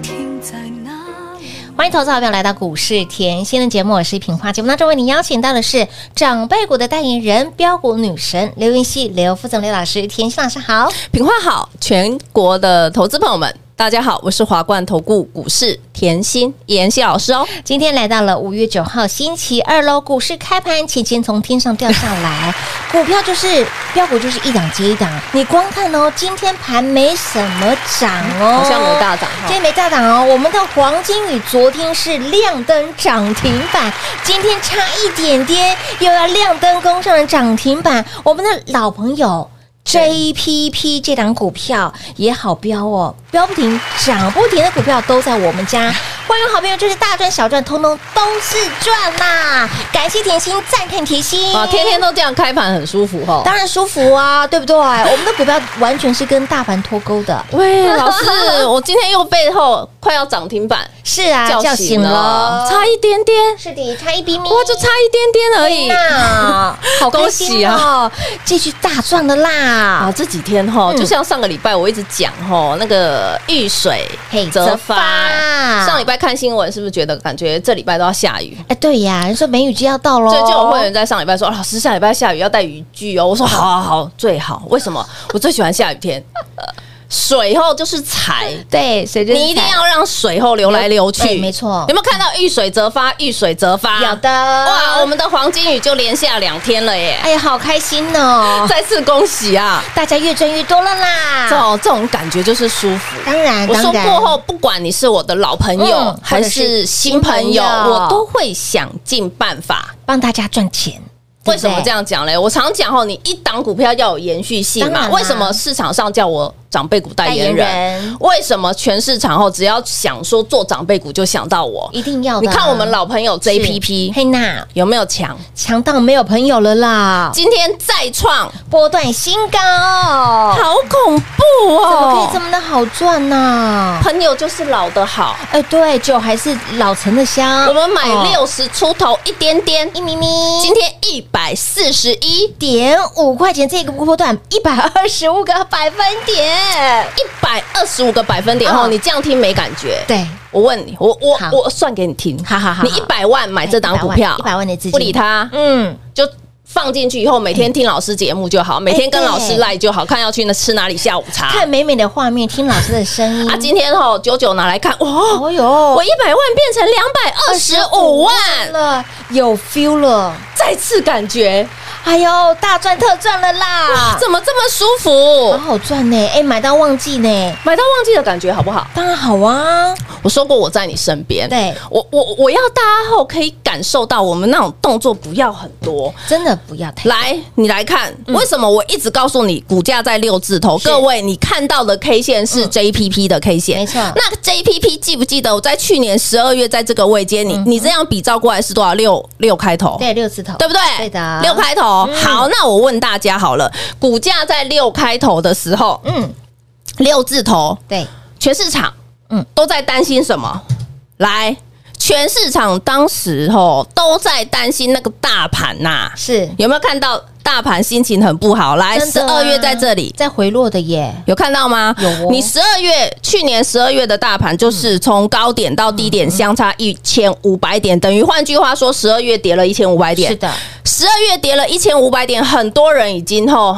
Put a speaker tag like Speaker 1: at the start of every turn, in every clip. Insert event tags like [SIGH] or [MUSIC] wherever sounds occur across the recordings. Speaker 1: 停在哪里？
Speaker 2: 欢迎投资好朋友来到股市甜心的节目，我是平花。节目当中为您邀请到的是长辈股的代言人标股女神刘云熙、刘副总、刘老师，甜心老师好。
Speaker 3: 品话好，全国的投资朋友们，大家好，我是华冠投顾股市甜心妍希老师哦。
Speaker 2: 今天来到了五月九号星期二喽，股市开盘期间从天上掉下来，哦股票就是标股就是一档接一档，你光看哦，今天盘没什么涨哦，
Speaker 3: 好像没大涨哈
Speaker 2: 今天没大涨哦。我们的黄金与昨天是亮灯涨停板，今天差一点点又要亮灯攻上了涨停板，我们的老朋友。JPP 这档股票也好标哦，标不停、涨不停的股票都在我们家。欢迎好朋友，就是大赚小赚，通通都是赚啦！感谢甜心，赞叹甜心，
Speaker 3: 啊，天天都这样开盘很舒服哦。
Speaker 2: 当然舒服啊，对不对？我们的股票完全是跟大盘脱钩的。
Speaker 3: 喂，老师，我今天又背后快要涨停板，
Speaker 2: 是啊，叫醒了，
Speaker 3: 差一点点，
Speaker 2: 是的，差一厘米，
Speaker 3: 哇，就差一点点而已。
Speaker 2: 那好开心
Speaker 3: [LAUGHS] 恭喜
Speaker 2: 哦，继续大赚的
Speaker 3: 啊，
Speaker 2: 啦！
Speaker 3: 这几天哈，
Speaker 2: 嗯
Speaker 3: 就像上个礼拜我一直讲哈，那个遇水
Speaker 2: 嘿则
Speaker 3: 则
Speaker 2: 发
Speaker 3: 发。
Speaker 2: 啊
Speaker 3: 上礼拜看新闻，是不是觉得感觉这礼拜都要下雨？
Speaker 2: 哎，对呀，人说梅雨季要到喽，
Speaker 3: 所以就有会员在上礼拜说，老师下礼拜下雨要带雨具哦。我说好好好，最好。为什么？我最喜欢下雨
Speaker 2: [LAUGHS]
Speaker 3: 天，水后就是财。
Speaker 2: 对，谁知
Speaker 3: 你一定要让水后流来流
Speaker 2: 对
Speaker 3: 去，
Speaker 2: 没错
Speaker 3: 有没有看到遇水则发，遇水则发？
Speaker 2: 有的
Speaker 3: 哇，我们的黄金雨就连下两天了耶！
Speaker 2: 哎呀，好开心哦！
Speaker 3: 再次恭喜啊！
Speaker 2: 大家越赚越多了啦！
Speaker 3: 这种这种感觉就是舒服。
Speaker 2: 啊当然，
Speaker 3: 我说
Speaker 2: 当然
Speaker 3: 过后，不管你是我的老朋友、
Speaker 2: 嗯
Speaker 3: 还
Speaker 2: 或者是
Speaker 3: 是新朋
Speaker 2: 新
Speaker 3: 友，
Speaker 2: 朋友
Speaker 3: 我都会想尽办法
Speaker 2: 帮大家赚钱，对
Speaker 3: 为
Speaker 2: 不
Speaker 3: 什
Speaker 2: 对
Speaker 3: 么这？样讲嘞？我常讲吼，你一档股票要有延续性
Speaker 2: 当
Speaker 3: 嘛。
Speaker 2: 然啦
Speaker 3: 为什么市场上叫我长辈股代言人？
Speaker 2: 代言人
Speaker 3: 为什么全市场后只要想说做长辈股就想到我？
Speaker 2: 一定要的
Speaker 3: 你
Speaker 2: 啊。
Speaker 3: 看我们老朋友
Speaker 2: 是
Speaker 3: JPP
Speaker 2: 嘿娜
Speaker 3: 有没有强？
Speaker 2: 强到没有朋友了啦，
Speaker 3: 今天再创，
Speaker 2: 波段新高，
Speaker 3: 好恐怖
Speaker 2: 哦怎么可以这
Speaker 3: 哦！
Speaker 2: 么的好赚呢？
Speaker 3: 朋友就是老的好，
Speaker 2: 哎，对，酒还是老陈的香，
Speaker 3: 我们买
Speaker 2: 哦嗯
Speaker 3: 六十出头一点点，
Speaker 2: 一咪咪，
Speaker 3: 今天一百四十一。
Speaker 2: 点五块钱这个波段一百二十五个百分点，
Speaker 3: 一百二十五个百分点后，
Speaker 2: 嗯
Speaker 3: 你这样听没感觉？
Speaker 2: 对，
Speaker 3: 我问你，我我
Speaker 2: 好
Speaker 3: 我算给你听，
Speaker 2: 好好好
Speaker 3: 你一百万买这档股票，
Speaker 2: 哎一百万的资金
Speaker 3: 不理，他，
Speaker 2: 嗯，
Speaker 3: 就放进去以后，每天听老师节目就好，每天跟老师
Speaker 2: 哎对
Speaker 3: 赖就好，看要去那吃哪里下午茶。
Speaker 2: 看美美的画面，听老师的声音，
Speaker 3: 啊啊，今天哦，九九拿来看，哇，
Speaker 2: 哦哟，
Speaker 3: 我一百万变成两百二十五万，
Speaker 2: 了，有 feel 了，
Speaker 3: 再次感觉
Speaker 2: 哎呦，大赚特赚了啦，
Speaker 3: 怎么这么舒
Speaker 2: 好
Speaker 3: 服？
Speaker 2: 好赚呢，哎，买到旺季呢，
Speaker 3: 买到忘记的感觉好不好？
Speaker 2: 当然好啊，
Speaker 3: 我说过我在你身边，
Speaker 2: 对
Speaker 3: 我我我要大家后可以感受到我们那种动作不要很多，
Speaker 2: 真的不要太
Speaker 3: 来，你来看，为什么我一直告诉你股价在六字头？
Speaker 2: 嗯是嗯
Speaker 3: 各位，你看到的 K 线是 JPP 的 K 线，
Speaker 2: 没错
Speaker 3: 那 JPP 记不记得我在去年十二月在这个位阶，你你这样比照过来是多少？六六开头，
Speaker 2: 嗯对六字头，
Speaker 3: 哦对不对？
Speaker 2: 对的，嗯
Speaker 3: 六开头。好，那我问大家好了，股价在六开头的时候，
Speaker 2: 嗯，
Speaker 3: 六字头，
Speaker 2: 对，
Speaker 3: 全市场
Speaker 2: 嗯
Speaker 3: 嗯都在担心什么？来，全市场当时吼都在担心那个大盘呐、
Speaker 2: 是
Speaker 3: 有没有看到大盘心情很不好？来，
Speaker 2: 真
Speaker 3: 十
Speaker 2: 的啊
Speaker 3: 二月在这里。
Speaker 2: 在回落的耶，
Speaker 3: 有看到吗？
Speaker 2: 有哦
Speaker 3: 你十二月去年十二月的大盘就是从高点到低点相差一千五百点，等于换句话说，十二月跌了一千五百点。
Speaker 2: 是的，
Speaker 3: 十二月跌了一千五百点，很多人已经吼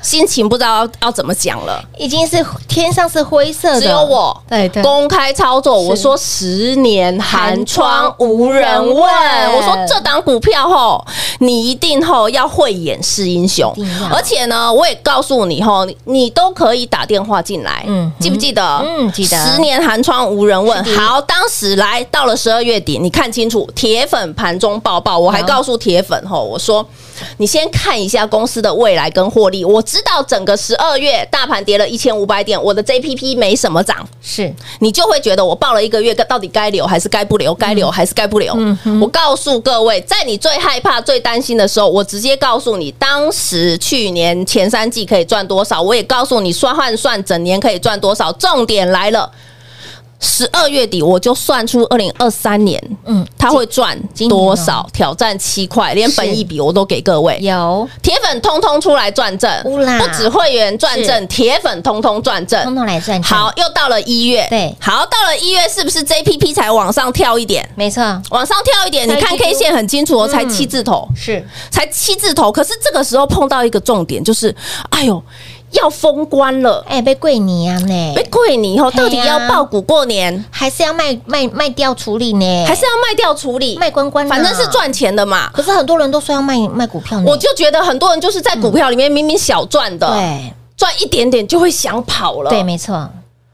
Speaker 3: 心情不知道要要怎么讲了。
Speaker 2: 已经是天上是灰色的，
Speaker 3: 只有我
Speaker 2: 对对，
Speaker 3: 公开操作，
Speaker 2: 是
Speaker 3: 我说十年寒
Speaker 2: 寒
Speaker 3: 窗
Speaker 2: 窗
Speaker 3: 无人
Speaker 2: 无人
Speaker 3: 问
Speaker 2: 问。
Speaker 3: 我说这档股票吼，你一定吼要慧眼识英雄
Speaker 2: 一定要，
Speaker 3: 而且呢，我也告诉你吼，你你都可以打电话进来，
Speaker 2: 嗯
Speaker 3: 嗯，记不记得？
Speaker 2: 嗯记得
Speaker 3: 十年寒窗无人问
Speaker 2: 是。的
Speaker 3: 好，当时来到了十二月底，你看清楚，铁粉盘中抱抱，我还
Speaker 2: 好
Speaker 3: 告诉铁粉吼，我说。你先看一下公司的未来跟获利。我知道整个十二月大盘跌了一千五百点，我的 JPP 没什么涨，
Speaker 2: 是
Speaker 3: 你就会觉得我报了一个月，到底该留还是该不留？该留还是该不留？我告诉各位，在你最害怕、最担心的时候，我直接告诉你，当时去年前三季可以赚多少，我也告诉你算换算整年可以赚多少。重点来了。十二月底我就算出二零二三年，
Speaker 2: 嗯
Speaker 3: 嗯，它会赚
Speaker 2: 今年哦
Speaker 3: 多少？挑战七块，连
Speaker 2: 是
Speaker 3: 本一比我都给各位。
Speaker 2: 有，
Speaker 3: 铁粉通通出来赚正，
Speaker 2: 乌啦
Speaker 3: 不止会员赚
Speaker 2: 是
Speaker 3: 正，铁粉通通赚正，
Speaker 2: 通通来赚钱，
Speaker 3: 呃好，，又到了一月，
Speaker 2: 对
Speaker 3: 好，到了一月是不是 JPP 才往上跳一点？
Speaker 2: 没错，
Speaker 3: 往上跳一点，
Speaker 2: 才
Speaker 3: 你看
Speaker 2: 几乎
Speaker 3: K 线很清楚哦，才七字头，
Speaker 2: 嗯是
Speaker 3: 才七字头。可是这个时候碰到一个重点，就是，哎呦，要封关了，
Speaker 2: 哎，被跪你啊呢
Speaker 3: 被，贵你以后
Speaker 2: 嘿呀
Speaker 3: 到底要爆股过年，
Speaker 2: 还是要卖卖卖掉处理呢，
Speaker 3: 还是要卖掉处理？
Speaker 2: 卖光光，嗯
Speaker 3: 反正是。赚钱的嘛。
Speaker 2: 可是很多人都说要卖卖股票呢，
Speaker 3: 我就觉得很多人就是在股票里面明明小赚的，
Speaker 2: 嗯对
Speaker 3: 赚一点点就会想跑了。
Speaker 2: 对，没错，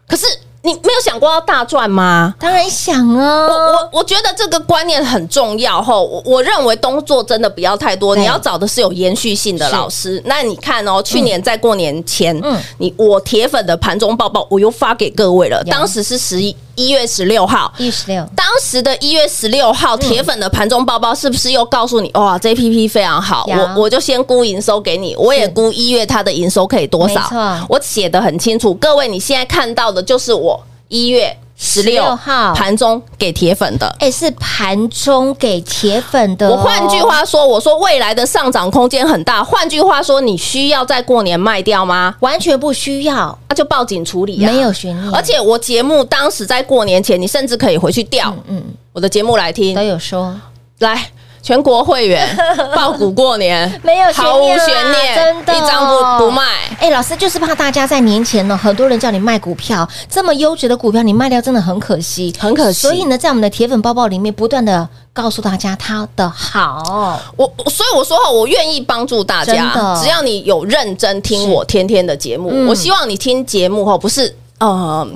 Speaker 3: 可是你没有想过要大赚吗？
Speaker 2: 当然想
Speaker 3: 我
Speaker 2: 啊，
Speaker 3: 我我觉得这个观念很重要吼，我我认为工作真的不要太多，
Speaker 2: 对
Speaker 3: 你要找的是有延续性的
Speaker 2: 是
Speaker 3: 老师。那你看哦，去年在过年前，
Speaker 2: 嗯
Speaker 3: 嗯，你我铁粉的盘中报报我又发给各位了，
Speaker 2: 有
Speaker 3: 当时是十一一月十六号。
Speaker 2: 一十六
Speaker 3: 当时的一月十六号，铁粉的盘中报报是不是又告诉你哇，JPP 非常好，
Speaker 2: 有
Speaker 3: 我我就先估营收给你，我也
Speaker 2: 是
Speaker 3: 估一月它的营收可以多
Speaker 2: 没
Speaker 3: 少
Speaker 2: 错，
Speaker 3: 我写的很清楚。各位，你现在看到的就是我一月十
Speaker 2: 16
Speaker 3: 六
Speaker 2: 号
Speaker 3: 号盘中给铁粉的。
Speaker 2: 哎，是盘中给铁粉的哦。
Speaker 3: 我换句话说，我说未来的上涨空间很大。换句话说，你需要在过年卖掉吗？
Speaker 2: 完全不需要，
Speaker 3: 那、就报警处理、啊，
Speaker 2: 没有悬念，
Speaker 3: 而且我节目当时在过年前，你甚至可以回去调
Speaker 2: 嗯
Speaker 3: 我的节目来听
Speaker 2: 都，有说，
Speaker 3: 来全国会员报股过年，
Speaker 2: 没有悬
Speaker 3: 毫无
Speaker 2: 念啦
Speaker 3: 悬念，
Speaker 2: 真的
Speaker 3: 一张不不卖。
Speaker 2: 哎，老师就是怕大家在年前呢，很多人叫你卖股票，这么优质的股票你卖掉真的很可惜，
Speaker 3: 很可惜
Speaker 2: 所以呢，在我们的铁粉包包里面不断的告诉大家它的好，
Speaker 3: 我我所以我说我愿意帮助大
Speaker 2: 真的
Speaker 3: 家，只要你有认真听我天天的节目，
Speaker 2: 嗯
Speaker 3: 我希望你听节目后不是。呃，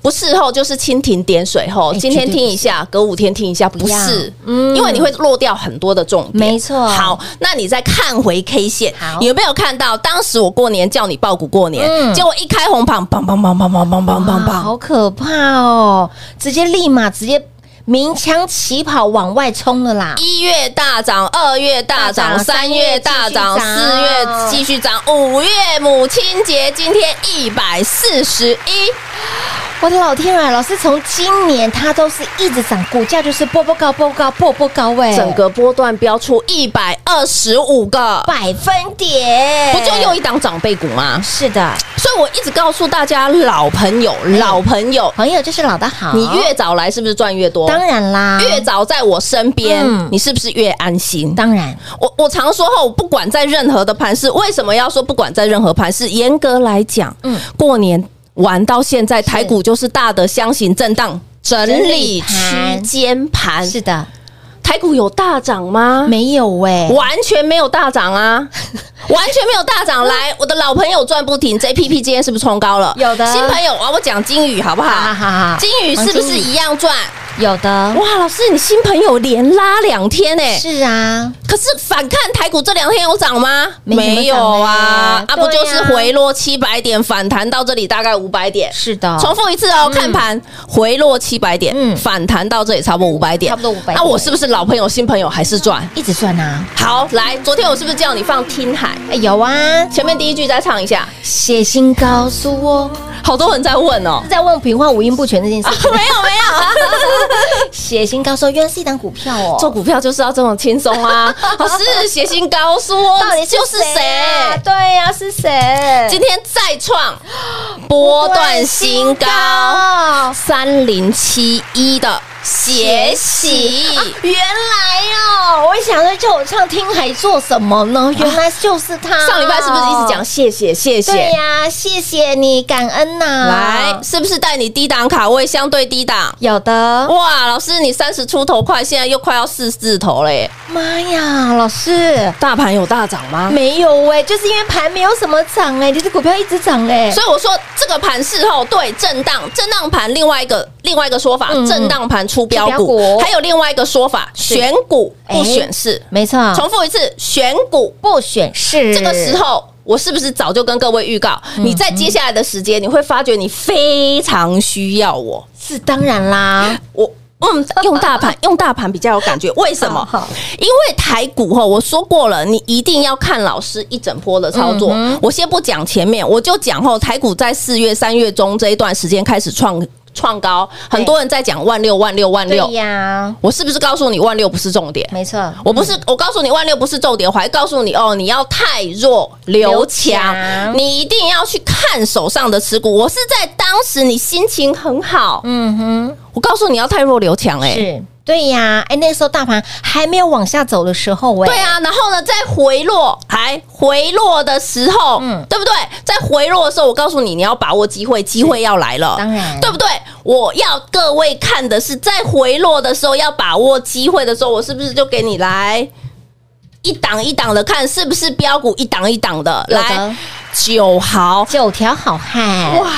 Speaker 3: 不是后就是蜻蜓点水后，
Speaker 2: 哎
Speaker 3: 今
Speaker 2: 绝
Speaker 3: 天
Speaker 2: 对
Speaker 3: 听一下，隔五天听一下，不
Speaker 2: 要
Speaker 3: 是，
Speaker 2: 嗯
Speaker 3: 因为你会落掉很多的重点，
Speaker 2: 没错
Speaker 3: 好，那你再看回 K 线
Speaker 2: 好，
Speaker 3: 你有没有看到？当时我过年叫你爆股过年，
Speaker 2: 嗯
Speaker 3: 结果一开红盘，梆梆梆梆梆梆梆梆
Speaker 2: 哇好可怕哦，直接立马直接鸣枪起跑往外冲了啦，
Speaker 3: 一月大涨，二月大
Speaker 2: 大
Speaker 3: 涨，
Speaker 2: 涨
Speaker 3: 三月大涨，
Speaker 2: 三月
Speaker 3: 四月
Speaker 2: 继
Speaker 3: 继续涨，五月母亲节今天一百四十一，
Speaker 2: 我的老天啊，老师从今年它都是一直涨，股价就是波波高、波波高、波波高哎位，
Speaker 3: 整个波段飙出一百二十五个，
Speaker 2: 百分点，
Speaker 3: 不就又一档长辈股吗？
Speaker 2: 是的，
Speaker 3: 所以我一直告诉大家，老朋友，老朋友，
Speaker 2: 朋友就是老的好，哦
Speaker 3: 你越早来是不是赚越多？
Speaker 2: 当然啦，
Speaker 3: 越早在我身边
Speaker 2: 嗯，
Speaker 3: 你是不是越安心？
Speaker 2: 当然
Speaker 3: 我我常说后，不管在任何的盘市，为什么要说不管在任何盘市？严格来讲，
Speaker 2: 嗯
Speaker 3: 嗯，过年玩到现在，台股就是大的箱型震荡。整
Speaker 2: 理
Speaker 3: 理
Speaker 2: 盘
Speaker 3: 区间盘，
Speaker 2: 是的，
Speaker 3: 台股有大涨吗？
Speaker 2: 没有欸喂、
Speaker 3: 完全没有大
Speaker 2: [LAUGHS]
Speaker 3: 涨啊，完全没有大涨。来，我的老朋友赚不停，JPP 今天是不是冲高了？
Speaker 2: 有的
Speaker 3: 新朋友，啊，我讲金宇好不
Speaker 2: 哈哈
Speaker 3: 好？
Speaker 2: 哈，
Speaker 3: 金宇是不
Speaker 2: 黄
Speaker 3: 是
Speaker 2: 金宇
Speaker 3: 一样赚？
Speaker 2: 有的，
Speaker 3: 哇，老师，你新朋友连拉两天呢、欸
Speaker 2: 是啊，
Speaker 3: 可是反看台股这两天有涨吗？
Speaker 2: 没什么
Speaker 3: 有
Speaker 2: 涨欸，
Speaker 3: 啊啊
Speaker 2: 对啊
Speaker 3: 不就是回落七百点，反弹到这里大概五百点。
Speaker 2: 是的，
Speaker 3: 重复一次哦，看盘回落七百点，
Speaker 2: 嗯
Speaker 3: 反弹到这里差不多五百点，
Speaker 2: 差不多500点
Speaker 3: 那我是不是老朋友、新朋友还是赚？
Speaker 2: 一直算啊，
Speaker 3: 好，来，昨天我是不是叫你放听海？
Speaker 2: 哎有啊，
Speaker 3: 前面第一句再唱一下，
Speaker 2: 写信告诉我，
Speaker 3: 好多人在问
Speaker 2: [LAUGHS]
Speaker 3: 哦。
Speaker 2: 在问平话五音不全这件事情，
Speaker 3: 没有没有，
Speaker 2: 写信告诉我，原来是一档股票哦，
Speaker 3: [LAUGHS] 做股票就是要这么轻松
Speaker 2: [LAUGHS]
Speaker 3: 啊！老师写信告诉我
Speaker 2: 到底，
Speaker 3: 就是
Speaker 2: 啊
Speaker 3: 谁？
Speaker 2: 对呀、是谁？
Speaker 3: 今天再创波段新高，三零七一的血洗。啊
Speaker 2: 原来哦，我想说叫我唱听还做什么呢？原来就是他哦。
Speaker 3: 啊上礼拜是不是一直讲谢谢谢
Speaker 2: 对
Speaker 3: 谢？
Speaker 2: 呀、谢谢你，感恩呐、
Speaker 3: 来，是不是带你低档卡位相对低档？
Speaker 2: 有的，
Speaker 3: 哇，老师，你三十出头快，现在又快要四字头嘞！
Speaker 2: 妈呀，老师。
Speaker 3: 大盘有大涨吗？
Speaker 2: 没有哎、就是因为盘没有什么涨哎、你的股票一直涨哎、
Speaker 3: 所以我说这个盘事后对震荡，震荡盘另外一个另外一个说法，
Speaker 2: 嗯
Speaker 3: 震荡盘出标
Speaker 2: 出
Speaker 3: 股，
Speaker 2: 标股
Speaker 3: 还有另外一个说法，选股不选市。
Speaker 2: 没错，
Speaker 3: 重复一次，选股
Speaker 2: 不选是
Speaker 3: 这个
Speaker 2: 嗯
Speaker 3: 时候。我是不是早就跟各位预告？你在接下来的时间，你会发觉你非常需要我。
Speaker 2: 是当然啦，
Speaker 3: 我嗯，用
Speaker 2: [LAUGHS]
Speaker 3: 大盘，用大盘比较有感觉。为什么
Speaker 2: 好好？
Speaker 3: 因为台股吼，我说过了，你一定要看老师一整波的操作。
Speaker 2: 嗯
Speaker 3: 我先不讲前面，我就讲后台股在四月、三月中这一段时间开始创创高，很多人在讲万六、万六、万
Speaker 2: 对
Speaker 3: 六。
Speaker 2: 呀，
Speaker 3: 我是不是告诉你万六不是重点？
Speaker 2: 没错，
Speaker 3: 我不是，我告诉你万六不是重点，我还告诉你哦，你要太弱留
Speaker 2: 留
Speaker 3: 强，
Speaker 2: 强
Speaker 3: 你一定要去看手上的持股。我是在当时你心情很好，
Speaker 2: 嗯哼，
Speaker 3: 我告诉你要太弱留强，哎，
Speaker 2: 是对呀，哎、那时候大盘还没有往下走的时候哎、
Speaker 3: 对啊，然后呢，在回落，哎，回落的时候，
Speaker 2: 嗯
Speaker 3: 对不对？在回落的时候，我告诉你，你要把握机会，机会要来了，
Speaker 2: 当然
Speaker 3: 对不对？我要各位看的是，在回落的时候要把握机会的时候，我是不是就给你来一档一档的看，是不是标股一档一档的
Speaker 2: 有的
Speaker 3: 来九豪
Speaker 2: 九条好汉
Speaker 3: 哇，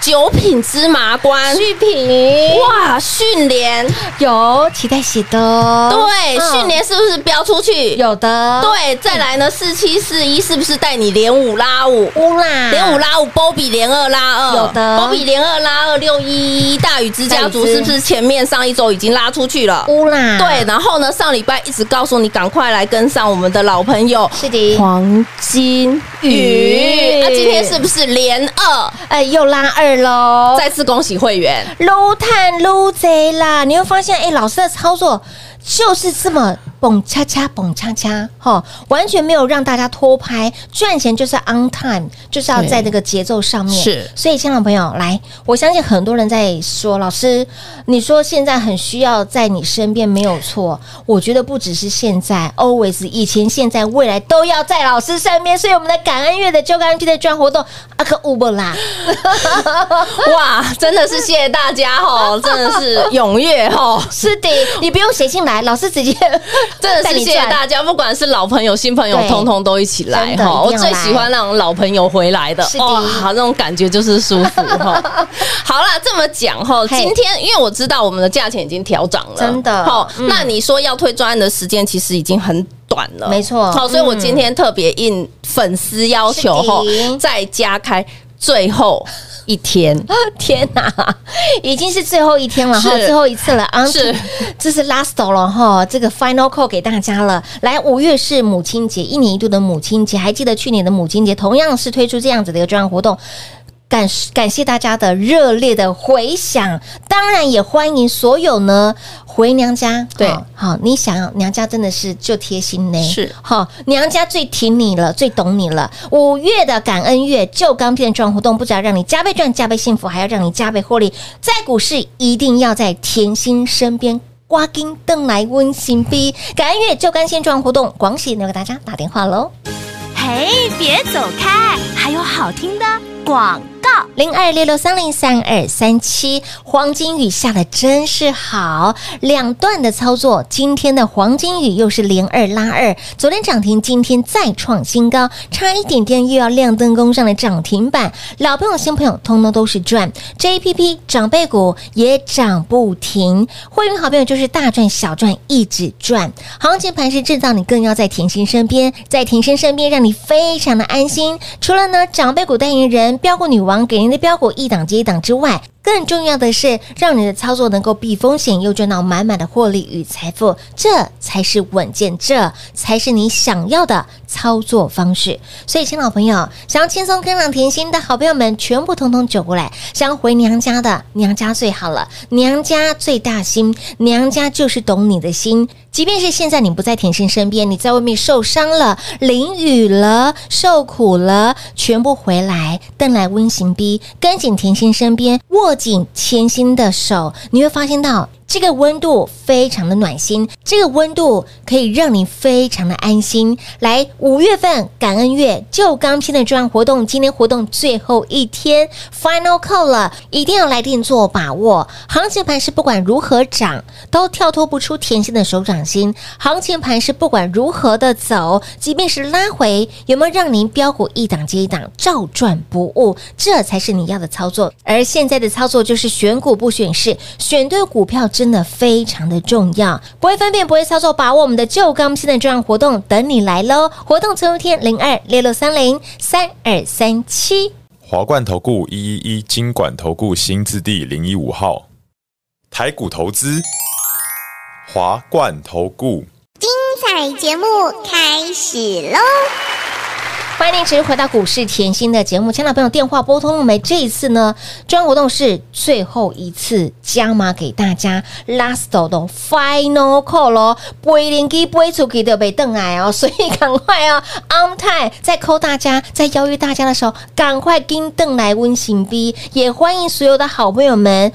Speaker 3: 九品芝麻官
Speaker 2: 续品
Speaker 3: 哇，训练
Speaker 2: 有期待写的哦，
Speaker 3: 对
Speaker 2: 嗯
Speaker 3: 训练是不是标出去？
Speaker 2: 有的，
Speaker 3: 对，再来呢，四七四一是不是带你连五拉五？
Speaker 2: 乌啦，
Speaker 3: 连五拉五，波比连二拉二，
Speaker 2: 嗯有的
Speaker 3: 波比连二拉二，六一一大禹之家族
Speaker 2: 大禹之
Speaker 3: 是不是前面上一周已经拉出去了？
Speaker 2: 乌啦，
Speaker 3: 对，，然后呢，上礼拜一直告诉你赶快来跟上我们的老朋友
Speaker 2: 是的，
Speaker 3: 黄金
Speaker 2: 鱼
Speaker 3: 鱼，那啊今天是不是连二？
Speaker 2: 哎，又拉二喽，
Speaker 3: 再次恭喜
Speaker 2: [LAUGHS]
Speaker 3: 会员，
Speaker 2: 撸探撸贼啦！你会发现，哎、老师的操作就是这么蹦恰恰蹦恰恰，哈，完全没有让大家拖拍，赚钱就是 on time，就是要在这个节奏上面。
Speaker 3: 是
Speaker 2: 所以，亲爱的朋友，来，我相信很多人在说，老师，你说现在很需要在你身边，没有错。我觉得不只是现在，always 以前、现在、未来都要在老师身边。所以，我们的感恩月的就感恩的专活动，啊可 u b 啦，
Speaker 3: 哇，真的是谢谢大家哦，真的是踊跃哦。
Speaker 2: 是的， [LAUGHS] 你不用写信来，老师直 [LAUGHS] 接
Speaker 3: 真的
Speaker 2: 带
Speaker 3: 是
Speaker 2: 你
Speaker 3: 谢谢
Speaker 2: 转
Speaker 3: 大家，不管是老朋友、新朋友
Speaker 2: 对，
Speaker 3: 通通都一起来
Speaker 2: 真的
Speaker 3: 哈！
Speaker 2: 一
Speaker 3: 我
Speaker 2: 定要
Speaker 3: 最喜欢那种老朋友回来的
Speaker 2: 是，的
Speaker 3: 哇，那种感觉就是舒服
Speaker 2: [LAUGHS]
Speaker 3: 哈。好啦，这么讲哈，
Speaker 2: 嘿
Speaker 3: 今天因为我知道我们的价钱已经调涨了，
Speaker 2: 真的
Speaker 3: 哈。
Speaker 2: 嗯
Speaker 3: 那你说要推专案的时间，其实已经很短了，
Speaker 2: 没错
Speaker 3: 好，所以我
Speaker 2: 嗯
Speaker 3: 今天特别应粉丝要求
Speaker 2: 是的
Speaker 3: 哈，再加开最后一天，
Speaker 2: 天哪，已经是最后一天了哈，
Speaker 3: 是
Speaker 2: 最后一次了啊，
Speaker 3: 是
Speaker 2: 这是 last call 了哈，这个 final call 给大家了。来，五月是母亲节，一年一度的母亲节，还记得去年的母亲节，同样是推出这样子的一个专案活动。感感谢大家的热烈的回响，当然也欢迎所有呢回娘家。
Speaker 3: 对
Speaker 2: 好好，你想娘家真的是就贴心呢，
Speaker 3: 是
Speaker 2: 好，娘家最挺你了，最懂你了。五月的感恩月旧钢片赚活动，不只要让你加倍赚、加倍幸福，还要让你加倍获利。在股市一定要在甜心身边。刮金灯来温馨逼，感恩月旧干线状活动，广喜留给大家打电话喽。
Speaker 4: 嘿，别走开，还有好听的广告。
Speaker 2: 零二六六三零三二三七，黄金雨下的真是好，两段的操作，今天的黄金雨又是连二拉二，昨天涨停，今天再创新高，差一点点又要亮灯攻上了涨停板，老朋友新朋友通通都是赚，JPP 长辈股也涨不停，会员好朋友就是大赚小赚一直赚，行情盘是震荡，你更要在甜心身边，在甜心身边让你非常的安心。除了呢长辈股代言人标股女王给您的标股一档接一档之外，更重要的是让你的操作能够避风险，又赚到满满的获利与财富，这才是稳健，这才是你想要的操作方式。所以，亲老朋友，想要轻松跟上甜心的好朋友们，全部通通走过来。想要回娘家的，娘家最好了，娘家最大心，娘家就是懂你的心。即便是现在你不在甜心身边，你在外面受伤了、淋雨了、受苦了，全部回来，邓来温行逼，跟紧甜心身边，握握紧甜心的手，你会发现到这个温度非常的暖心，这个温度可以让你非常的安心。来，五月份感恩月就刚拼的专案活动，今天活动最后一天，final call 了，一定要来电做把握。行情盘是不管如何涨，都跳脱不出甜心的手掌心。行情盘是不管如何的走，即便是拉回，有没有让您标股一档接一档，照赚不误？这才是你要的操作。而现在的操作就是选股不选市，选对股票真的非常的重要。不会分辨，不会操作，把握我们的旧钢新的专案活动，等你来喽！活动最后一天零二六六三零三二三七。
Speaker 5: 华冠投顾一一一金管投顾新字第零一五号，台股投资，华冠投顾。
Speaker 6: 彩节目开始喽！
Speaker 2: 欢迎您持续回到股市甜心的节目，亲爱的朋友，电话拨通了没？这一次呢，专案活动是最后一次加码给大家，last 的哦 final call 咯，不一定给不出去的被邓来哦，所以赶快哦，on time 在 call 大家，在邀约大家的时候，赶快跟邓来温馨逼，也欢迎所有的好朋友们。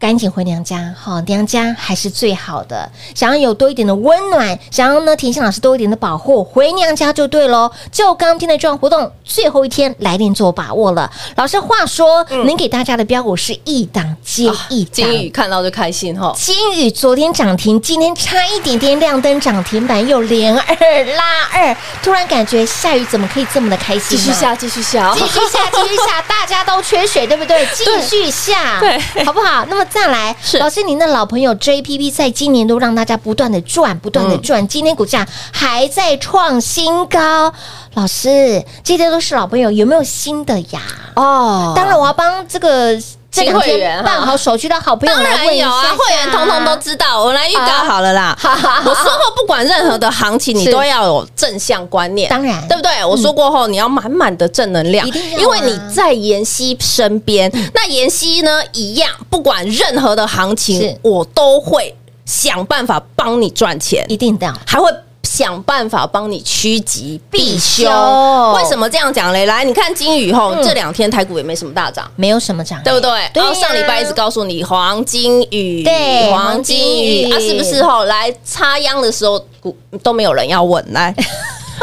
Speaker 2: 赶紧回娘家，哈，娘家还是最好的。想要有多一点的温暖，想要呢甜心老师多一点的保护，回娘家就对喽。就刚天的这样活动，最后一天来电做把握了。老师话说，
Speaker 3: 嗯
Speaker 2: 您给大家的标股是一档接 [LAUGHS] 一档。
Speaker 3: 啊金宇看到就开心哈。
Speaker 2: 金宇昨天涨停，今天差一点点亮灯涨停板，又连二拉二，突然感觉夏雨怎么可以这么的开
Speaker 3: 继
Speaker 2: 心、呢？
Speaker 3: 续下，继续下，
Speaker 2: 继续下，继续下，大家都缺水，对不
Speaker 3: [LAUGHS]
Speaker 2: 对？继续下，
Speaker 3: 对
Speaker 2: 好不好？那么再来，
Speaker 3: 是
Speaker 2: 老师您的老朋友 JPP 在今年都让大家不断的赚，不
Speaker 3: 嗯
Speaker 2: 断的赚，今天股价还在创新高。老师，这些都是老朋友，有没有新的呀？
Speaker 3: 哦
Speaker 2: 当然，我要帮这个。这两
Speaker 3: 会
Speaker 2: 天
Speaker 3: 员
Speaker 2: 办
Speaker 3: 哈
Speaker 2: 好手续的好朋友
Speaker 3: 当
Speaker 2: 来问
Speaker 3: 然
Speaker 2: 一
Speaker 3: 有
Speaker 2: 下
Speaker 3: 啊，
Speaker 2: 下
Speaker 3: 会员通通都知道。我来预告好了啦，我事后不管任何的行情，你
Speaker 2: 是
Speaker 3: 都要有正向观念，
Speaker 2: 当然
Speaker 3: 对不对？我说过后，你要满满的正能量，
Speaker 2: 嗯一定要啊嗯
Speaker 3: 因为你在妍希身边。那妍希呢，一样，不管任何的行
Speaker 2: 是
Speaker 3: 情，我都会想办法帮你赚钱。
Speaker 2: 一定的，
Speaker 3: 还会想办法帮你趋吉避
Speaker 2: 避
Speaker 3: 凶
Speaker 2: 凶。
Speaker 3: 为什么这样讲嘞？来，你看金宇后
Speaker 2: 嗯
Speaker 3: 这两天台股也没什么大涨。
Speaker 2: 没有什么涨，
Speaker 3: 对不对？
Speaker 2: 对
Speaker 3: 然
Speaker 2: 呀
Speaker 3: 后上礼拜一直告诉你黄金雨，
Speaker 2: 对
Speaker 3: 黄金雨
Speaker 2: 黄
Speaker 3: 啊，
Speaker 2: 金雨
Speaker 3: 是不是吼？来插秧的时候股都没有人要问，
Speaker 2: [LAUGHS]
Speaker 3: 来，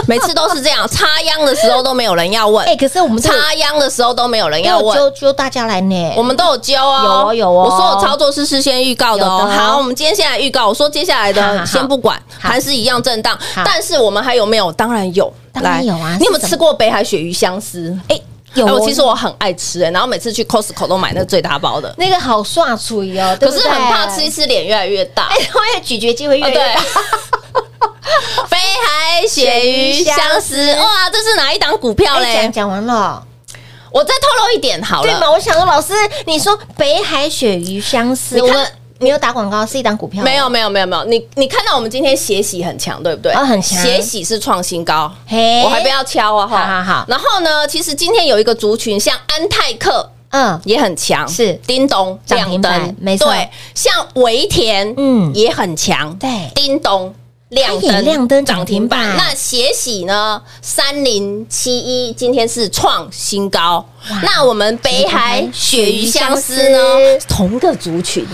Speaker 3: 每次都是这样，插秧的时候都没有人要问，
Speaker 2: 哎，可是我们这个
Speaker 3: 插秧的时候都没有人要
Speaker 2: 要
Speaker 3: 问，
Speaker 2: 揪揪大家来呢，
Speaker 3: 啊我们都有揪哦，
Speaker 2: 有哦有哦
Speaker 3: 我说我操作是事先预告的
Speaker 2: 有的
Speaker 3: 哦。
Speaker 2: 哦
Speaker 3: 好，我们今天先来预告，我说接下来
Speaker 2: 好好好
Speaker 3: 的先不管，
Speaker 2: 好
Speaker 3: 还是一样震荡
Speaker 2: 好，
Speaker 3: 但是我们还有没有？当然有，
Speaker 2: 当然
Speaker 3: 来
Speaker 2: 有啊
Speaker 3: 你有没
Speaker 2: 是什
Speaker 3: 有
Speaker 2: 么
Speaker 3: 吃过北海鳕鱼香丝？
Speaker 2: 哎有
Speaker 3: 哎
Speaker 2: 哦，
Speaker 3: 我其实我很爱吃，哎然后每次去 Costco 都买那最大包的，
Speaker 2: 那个好刷嘴哦，对
Speaker 3: 可
Speaker 2: 不
Speaker 3: 是
Speaker 2: 对
Speaker 3: 很怕吃一吃脸越来越大。
Speaker 2: 哎，我也咀嚼机会越
Speaker 3: 啊
Speaker 2: 来越大。
Speaker 3: 对，北海鳕鱼香丝，哇，这是哪一档股票
Speaker 2: 哎
Speaker 3: 嘞
Speaker 2: 讲？讲完了，
Speaker 3: 我再透露一点好
Speaker 2: 对
Speaker 3: 了，
Speaker 2: 嘛？我想说，老师，你说北海鳕鱼相思，
Speaker 3: 你
Speaker 2: 我
Speaker 3: 看
Speaker 2: 们没有打广告，是一档股票，
Speaker 3: 没有，没有没有没有，你你看到我们今天血洗很强，对不对？
Speaker 2: 啊很强
Speaker 3: 血洗是创新高，
Speaker 2: 嘿，
Speaker 3: 我还不，要敲啊哈。
Speaker 2: 哎好好好
Speaker 3: 然后呢，其实今天有一个族群，像安泰克
Speaker 2: 嗯，
Speaker 3: 也很强，
Speaker 2: 是
Speaker 3: 叮咚
Speaker 2: 涨
Speaker 3: 亮
Speaker 2: 停板
Speaker 3: 灯，
Speaker 2: 没错
Speaker 3: 对，像维田
Speaker 2: 嗯
Speaker 3: 嗯也很强，
Speaker 2: 对
Speaker 3: 叮咚。亮
Speaker 2: 它也
Speaker 3: 灯，
Speaker 2: 亮灯涨停板
Speaker 3: 那血洗呢？三零七一今天是创新高。那我们北海鳕鱼相思呢？同个族群，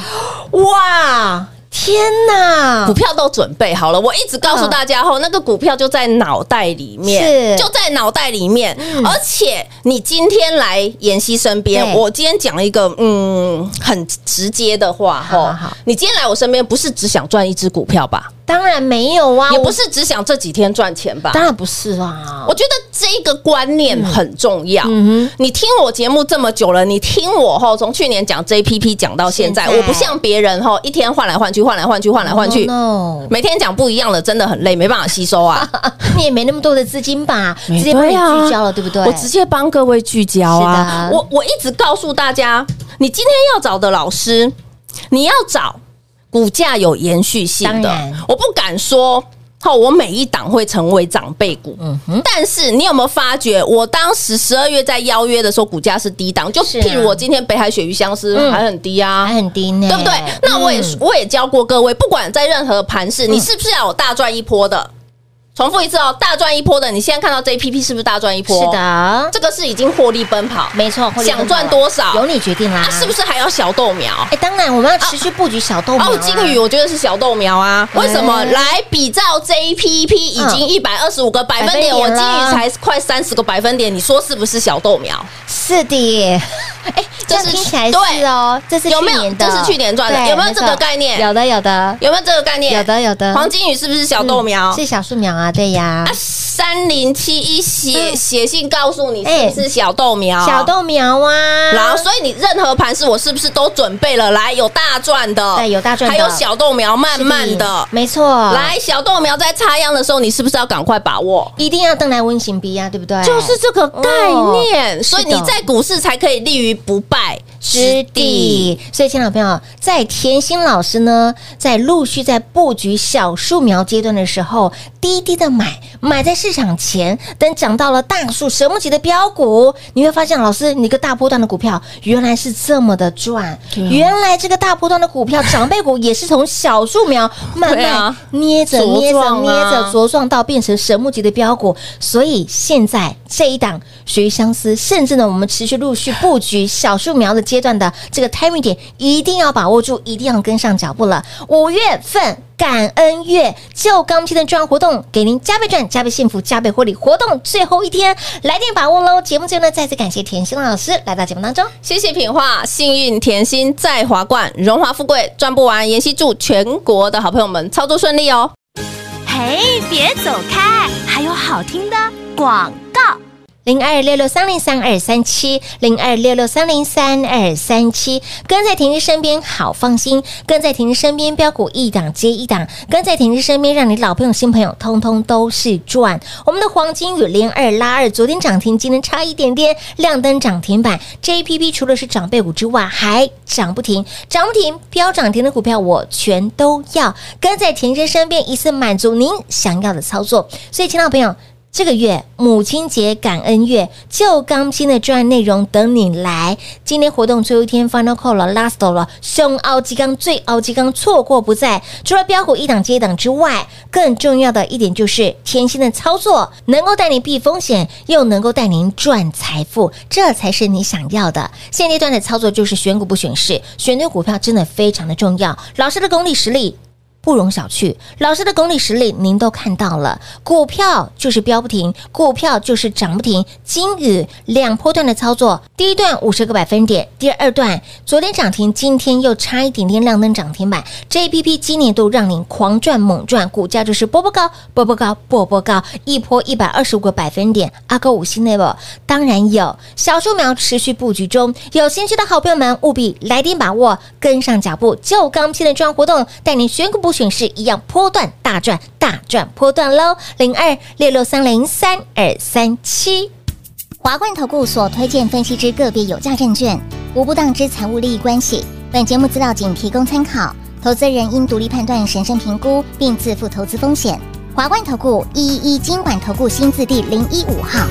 Speaker 2: 哇，天哪
Speaker 3: 股，票都准备好了，我一直告诉大家后，那个股票就在脑袋里
Speaker 2: 嗯
Speaker 3: 面，
Speaker 2: 是嗯
Speaker 3: 就在脑袋里面。而且你今天来妍希身边，
Speaker 2: 对
Speaker 3: 我今天讲一个嗯很直接的话
Speaker 2: 好好
Speaker 3: 吼
Speaker 2: 好，
Speaker 3: 你今天来我身边不是只想赚一只股票吧，
Speaker 2: 当然没有啊，
Speaker 3: 也
Speaker 2: 我
Speaker 3: 不，是只想这几天赚钱吧。
Speaker 2: 当然不是啊，
Speaker 3: 我觉得这个观念很重要。
Speaker 2: 嗯哼
Speaker 3: 你听我节目这么久了，你听我吼，从去年讲 JPP 讲到现在，
Speaker 2: 现在哦
Speaker 3: 我不像别人吼，一天换来换去，换来换去，换来换去。
Speaker 2: ，no，
Speaker 3: 每天讲不一样的，真的很累，没办法吸收啊。
Speaker 2: 你也没那么多的资金吧，
Speaker 3: [LAUGHS] 没
Speaker 2: 直接帮你
Speaker 3: 对啊
Speaker 2: 聚焦了，对不 [LAUGHS] 对？
Speaker 3: 我直接帮各位聚焦啊
Speaker 2: 是！的
Speaker 3: 我我一直告诉大家，你今天要找的老师，你要找股价有延续性
Speaker 2: 当
Speaker 3: 的
Speaker 2: 然。
Speaker 3: 我不敢说，好，我每一档会成为长辈股。
Speaker 2: 嗯哼，
Speaker 3: 但是你有没有发觉，我当时十二月在邀约的时候，股价是低档，就是
Speaker 2: 啊
Speaker 3: 譬如我今天北海鳕鱼相思
Speaker 2: 嗯
Speaker 3: 还很低啊，
Speaker 2: 还很低呢，
Speaker 3: 对不对？那我也、
Speaker 2: 嗯
Speaker 3: 我也教过各位，不管在任何盘势，你是不是要有大赚一波的？重复一次哦，大赚一波的，你现在看到这一 PP 是不是大赚一波？
Speaker 2: 是，的，
Speaker 3: 这个是已经获利奔跑，
Speaker 2: 没错，获利
Speaker 3: 想
Speaker 2: 更高
Speaker 3: 赚多少
Speaker 2: 由你决定啦，
Speaker 3: 啊，是不？是还有小豆苗？
Speaker 2: 哎，当然我们要持续布局小豆苗啊。
Speaker 3: 哦，金宇，我觉得是小豆苗啊。为什么？
Speaker 2: 嗯
Speaker 3: 来比照 JPP 已经一百二十五个百分点，
Speaker 2: 百
Speaker 3: 我
Speaker 2: 分
Speaker 3: 金
Speaker 2: 点了
Speaker 3: 宇才快三十个百分点，你说是不是小豆苗？
Speaker 2: 是的
Speaker 3: [LAUGHS]
Speaker 2: 耶，哎，这样
Speaker 3: 这是
Speaker 2: 听起来
Speaker 3: 对
Speaker 2: 是哦，这是
Speaker 3: 有没有
Speaker 2: 去年的
Speaker 3: 这是去年赚的
Speaker 2: 对
Speaker 3: 有没有这个
Speaker 2: 错
Speaker 3: 概念
Speaker 2: 有的，有的，
Speaker 3: 有没有这个概念？
Speaker 2: 有的有的
Speaker 3: 黄金宇是不是小豆苗
Speaker 2: 嗯？是小树苗啊，对呀
Speaker 3: 啊，，三零七一写写信告诉你是
Speaker 2: 嗯哎
Speaker 3: 不是小豆苗？
Speaker 2: 小。豆苗啊，
Speaker 3: 然后，所以你任何盘是我是不是都准备了？来，有大赚的，
Speaker 2: 对哎有大赚的哦
Speaker 3: 还有小豆苗，慢
Speaker 2: 是
Speaker 3: 慢的。
Speaker 2: 没错，，
Speaker 3: 来，小豆苗在插秧的时候，你是不是要赶快把握？
Speaker 2: 一定要登来温情逼啊，对不对？哦
Speaker 3: 就是这个概念，所以
Speaker 2: 是的
Speaker 3: 你在股市才可以立于不败之
Speaker 2: 之
Speaker 3: 地。
Speaker 2: 地。所以，亲爱的朋友，在甜心老师呢，在陆续在布局小树苗阶段的时候，低低的买，买在市场前，等涨到了大树神木级的标股，你会发现，老师，你一个大波段的股票原来是这么的赚，
Speaker 3: 啊
Speaker 2: 原来这个大波段的股票长辈股也是从小树苗慢
Speaker 3: [LAUGHS] 对
Speaker 2: 慢
Speaker 3: 啊
Speaker 2: 捏着
Speaker 3: 茁
Speaker 2: 捏着
Speaker 3: 壮
Speaker 2: 捏
Speaker 3: 啊
Speaker 2: 着茁壮到变成神木级的标股，所以现在这一档属于相思，甚至呢，我们持续陆续布局小树苗的阶段的这个 timing 点，一定要把握住，一定要跟上脚步了。五月份。感恩月就刚批的专案活动，给您加倍赚、加倍幸福、加倍获利。活动最后一天，来电把握喽！节目最后呢，再次感谢甜心老师来到节目当中。
Speaker 3: 谢谢品画，幸运甜心在华冠，荣华富贵赚不完。妍希祝全国的好朋友们操作顺利哦。
Speaker 4: 嘿，别走开，还有好听的广告。
Speaker 2: 零二六六三零三二三七，零二六六三零三二三七，跟在婷婷身边好放心，跟在婷婷身边标股一档接一档，跟在婷婷身边让你老朋友新朋友通通都是赚。我们的黄金雨连二拉二，昨天涨停，今天差一点点亮灯涨停板。JPP 除了是长辈股之外，还涨不停，涨不停，标涨停的股票我全都要，跟在婷婷身边一次满足您想要的操作。所以，亲爱的朋友。这个月母亲节感恩月，旧钢筋的专案内容等你来。今天活动最后一天，final call 了，last 了，凶奥基钢最奥基钢错过不再。除了标股一档接一档之外，更重要的一点就是甜心的操作能够带你避风险，又能够带您赚财富，这才是你想要的。现阶段的操作就是选股不选市，选对股票真的非常的重要。老师的功力实力。不容小觑。老师的功力实力您都看到了，股票就是飙不停，股票就是涨不停。金宇两波段的操作，第一段五十个百分点，第二段昨天涨停，今天又差一点点亮灯涨停板。JPP 今年度让您狂赚猛赚，股价就是波波高，波波高，波波高，一波一百二十五个百分点。阿哥五星 level 当然有，小树苗持续布局中，有兴趣的好朋友们务必来电把握，跟上脚步。就刚批的专案活动，带你选股不选市，一样波段大赚，大赚波段喽！零二六六三零三二三七。
Speaker 6: 华冠投顾所推荐分析之个别有价证券，无不当之财务利益关系。本节目资料仅提供参考，投资人应独立判断、审慎评估，并自负投资风险。华冠投顾一一一金管投顾新字第零一五号。